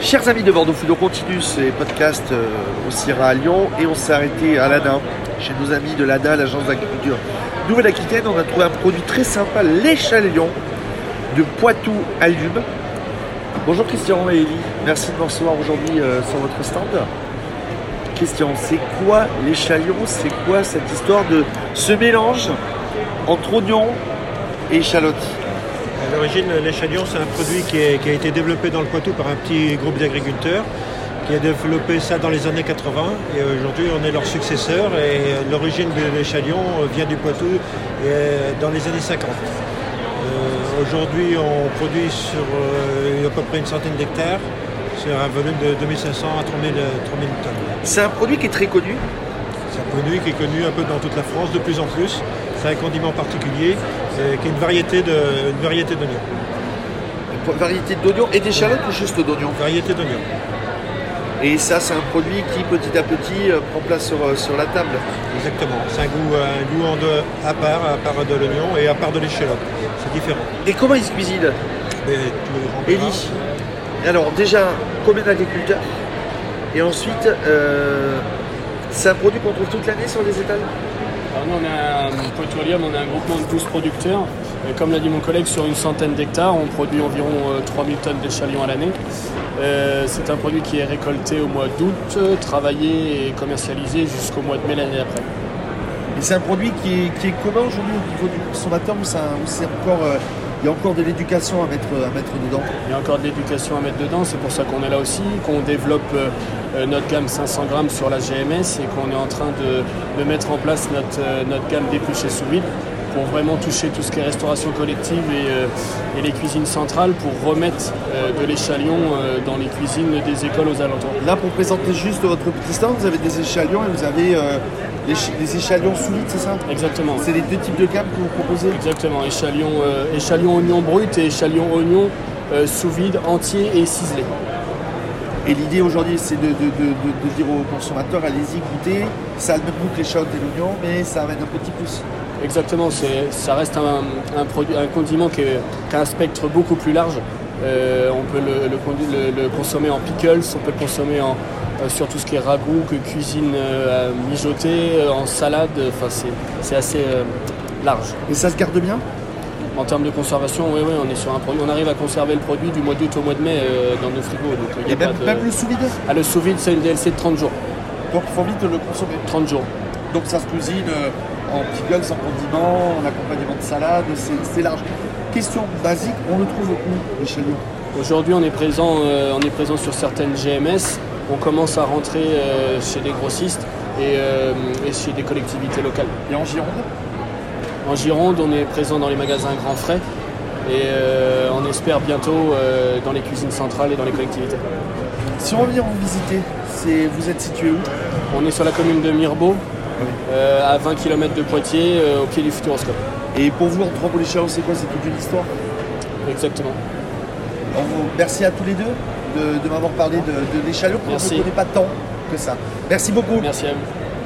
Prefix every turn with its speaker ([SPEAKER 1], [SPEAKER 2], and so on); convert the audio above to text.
[SPEAKER 1] Chers amis de Bordeaux Food, on continue ces podcasts euh, au Sierra à Lyon et on s'est arrêté à l'ADA, chez nos amis de l'ADA, l'agence d'agriculture Nouvelle-Aquitaine. On a trouvé un produit très sympa, l'échalion de Poitou à Lube. Bonjour Christian et Elie, merci de me recevoir aujourd'hui euh, sur votre stand. Christian, c'est quoi l'échalion C'est quoi cette histoire de ce mélange entre oignon et échalote
[SPEAKER 2] À l'origine, l'échalion, c'est un produit qui, est- qui a été développé dans le Poitou par un petit groupe d'agriculteurs qui a développé ça dans les années 80 et aujourd'hui on est leur successeur et euh, l'origine de l'échalion euh, vient du Poitou et, euh, dans les années 50. Euh, aujourd'hui on produit sur euh, à peu près une centaine d'hectares sur un volume de 2500 à 3000, euh, 3000 tonnes.
[SPEAKER 1] C'est un produit qui est très connu.
[SPEAKER 2] C'est un produit qui est connu un peu dans toute la France de plus en plus. C'est un condiment particulier euh, qui est une variété de- une variété d'oignons.
[SPEAKER 1] Variété d'oignons et d'échalotes ou juste d'oignons
[SPEAKER 2] Variété d'oignons.
[SPEAKER 1] Et ça, c'est un produit qui petit à petit euh, prend place sur, euh, sur la table.
[SPEAKER 2] Exactement, c'est un goût, euh, un goût en deux, à part, à part de l'oignon et à part de l'échalote. C'est différent.
[SPEAKER 1] Et comment ils se cuisinent
[SPEAKER 2] Et Eh ben, tu le rempliras.
[SPEAKER 1] Élie Alors, déjà, combien d'agriculteurs Et ensuite, euh, c'est un produit qu'on trouve toute l'année sur les étals
[SPEAKER 3] Alors nous, on a Poiturium, on a un groupement de 12 producteurs. Et comme l'a dit mon collègue, sur une centaine d'hectares, on produit environ euh, 3000 tonnes d'échalions à l'année. Euh, c'est un produit qui est récolté au mois d'août, euh, travaillé et commercialisé jusqu'au mois de mai l'année après.
[SPEAKER 1] Et c'est un produit qui est, qui est commun aujourd'hui au niveau du consommateur ou, ça- ou c'est encore, euh, il y a encore de l'éducation à mettre, à mettre dedans
[SPEAKER 3] Il y a encore de l'éducation à mettre dedans, c'est pour ça qu'on est là aussi, qu'on développe euh, euh, notre gamme 500 grammes sur la GMS et qu'on est en train de, de mettre en place notre, euh, notre gamme d'épluchés sous vide pour vraiment toucher tout ce qui est restauration collective et, euh, et les cuisines centrales pour remettre euh, de l'échalion euh, dans les cuisines des écoles aux alentours.
[SPEAKER 1] Là, pour présenter juste votre petit stand, vous avez des échalions et vous avez euh, les, ch- les échalions solides, c'est ça
[SPEAKER 3] Exactement.
[SPEAKER 1] C'est les deux types de gammes que vous proposez
[SPEAKER 3] Exactement, échalion, euh, échalion oignon brut et échalion oignon euh, sous vide entier et ciselé.
[SPEAKER 1] Et l'idée aujourd'hui, c'est de, de- de- de- de dire aux consommateurs, allez-y, goûtez. Ça a le même goût que les chalotes et l'oignon, mais ça amène un petit plus.
[SPEAKER 3] Exactement, c'est- ça reste un, un produit, un condiment qui, est- qui a un spectre beaucoup plus large. Euh, on peut le, le condu- le- le consommer en pickles, on peut le consommer en, euh, sur tout ce qui est ragoût, que cuisine euh, à mijoter, euh, en salade, enfin c'est, c'est assez euh, large.
[SPEAKER 1] Et ça se garde bien
[SPEAKER 3] En termes de conservation, oui, oui, on est sur un produit, on arrive à conserver le produit du mois d'août au mois de mai euh, dans nos frigos. Donc, il y a
[SPEAKER 1] Et
[SPEAKER 3] pas
[SPEAKER 1] même,
[SPEAKER 3] de-
[SPEAKER 1] même le sous-vide
[SPEAKER 3] Ah, le sous vide, c'est une DLC de 30 jours.
[SPEAKER 1] Donc, il faut vite le consommer.
[SPEAKER 3] 30 jours.
[SPEAKER 1] Donc, ça se cuisine euh, en pickles, en condiment, en accompagnement de salade, c'est c'est large. Question basique, on le trouve où, les chalions
[SPEAKER 3] Aujourd'hui, on est présent, euh, on est présent sur certaines GMS. On commence à rentrer euh, chez des grossistes et, euh, et chez des collectivités locales.
[SPEAKER 1] Et en Gironde
[SPEAKER 3] En Gironde, on est présent dans les magasins Grand Frais et euh, on espère bientôt euh, dans les cuisines centrales et dans les collectivités.
[SPEAKER 1] Si on vient vous visiter, c'est- vous êtes situé où
[SPEAKER 3] On est sur la commune de Mirbeau, euh, à 20 km de Poitiers, euh, au pied du Futuroscope.
[SPEAKER 1] Et pour vous, entre pour les chalots, c'est quoi C'est toute une histoire
[SPEAKER 3] Exactement.
[SPEAKER 1] On vous- Merci à tous les deux de, de m'avoir parlé de, de l'échalote. On
[SPEAKER 3] Merci.
[SPEAKER 1] ne connaît pas tant que ça. Merci beaucoup.
[SPEAKER 3] Merci à vous.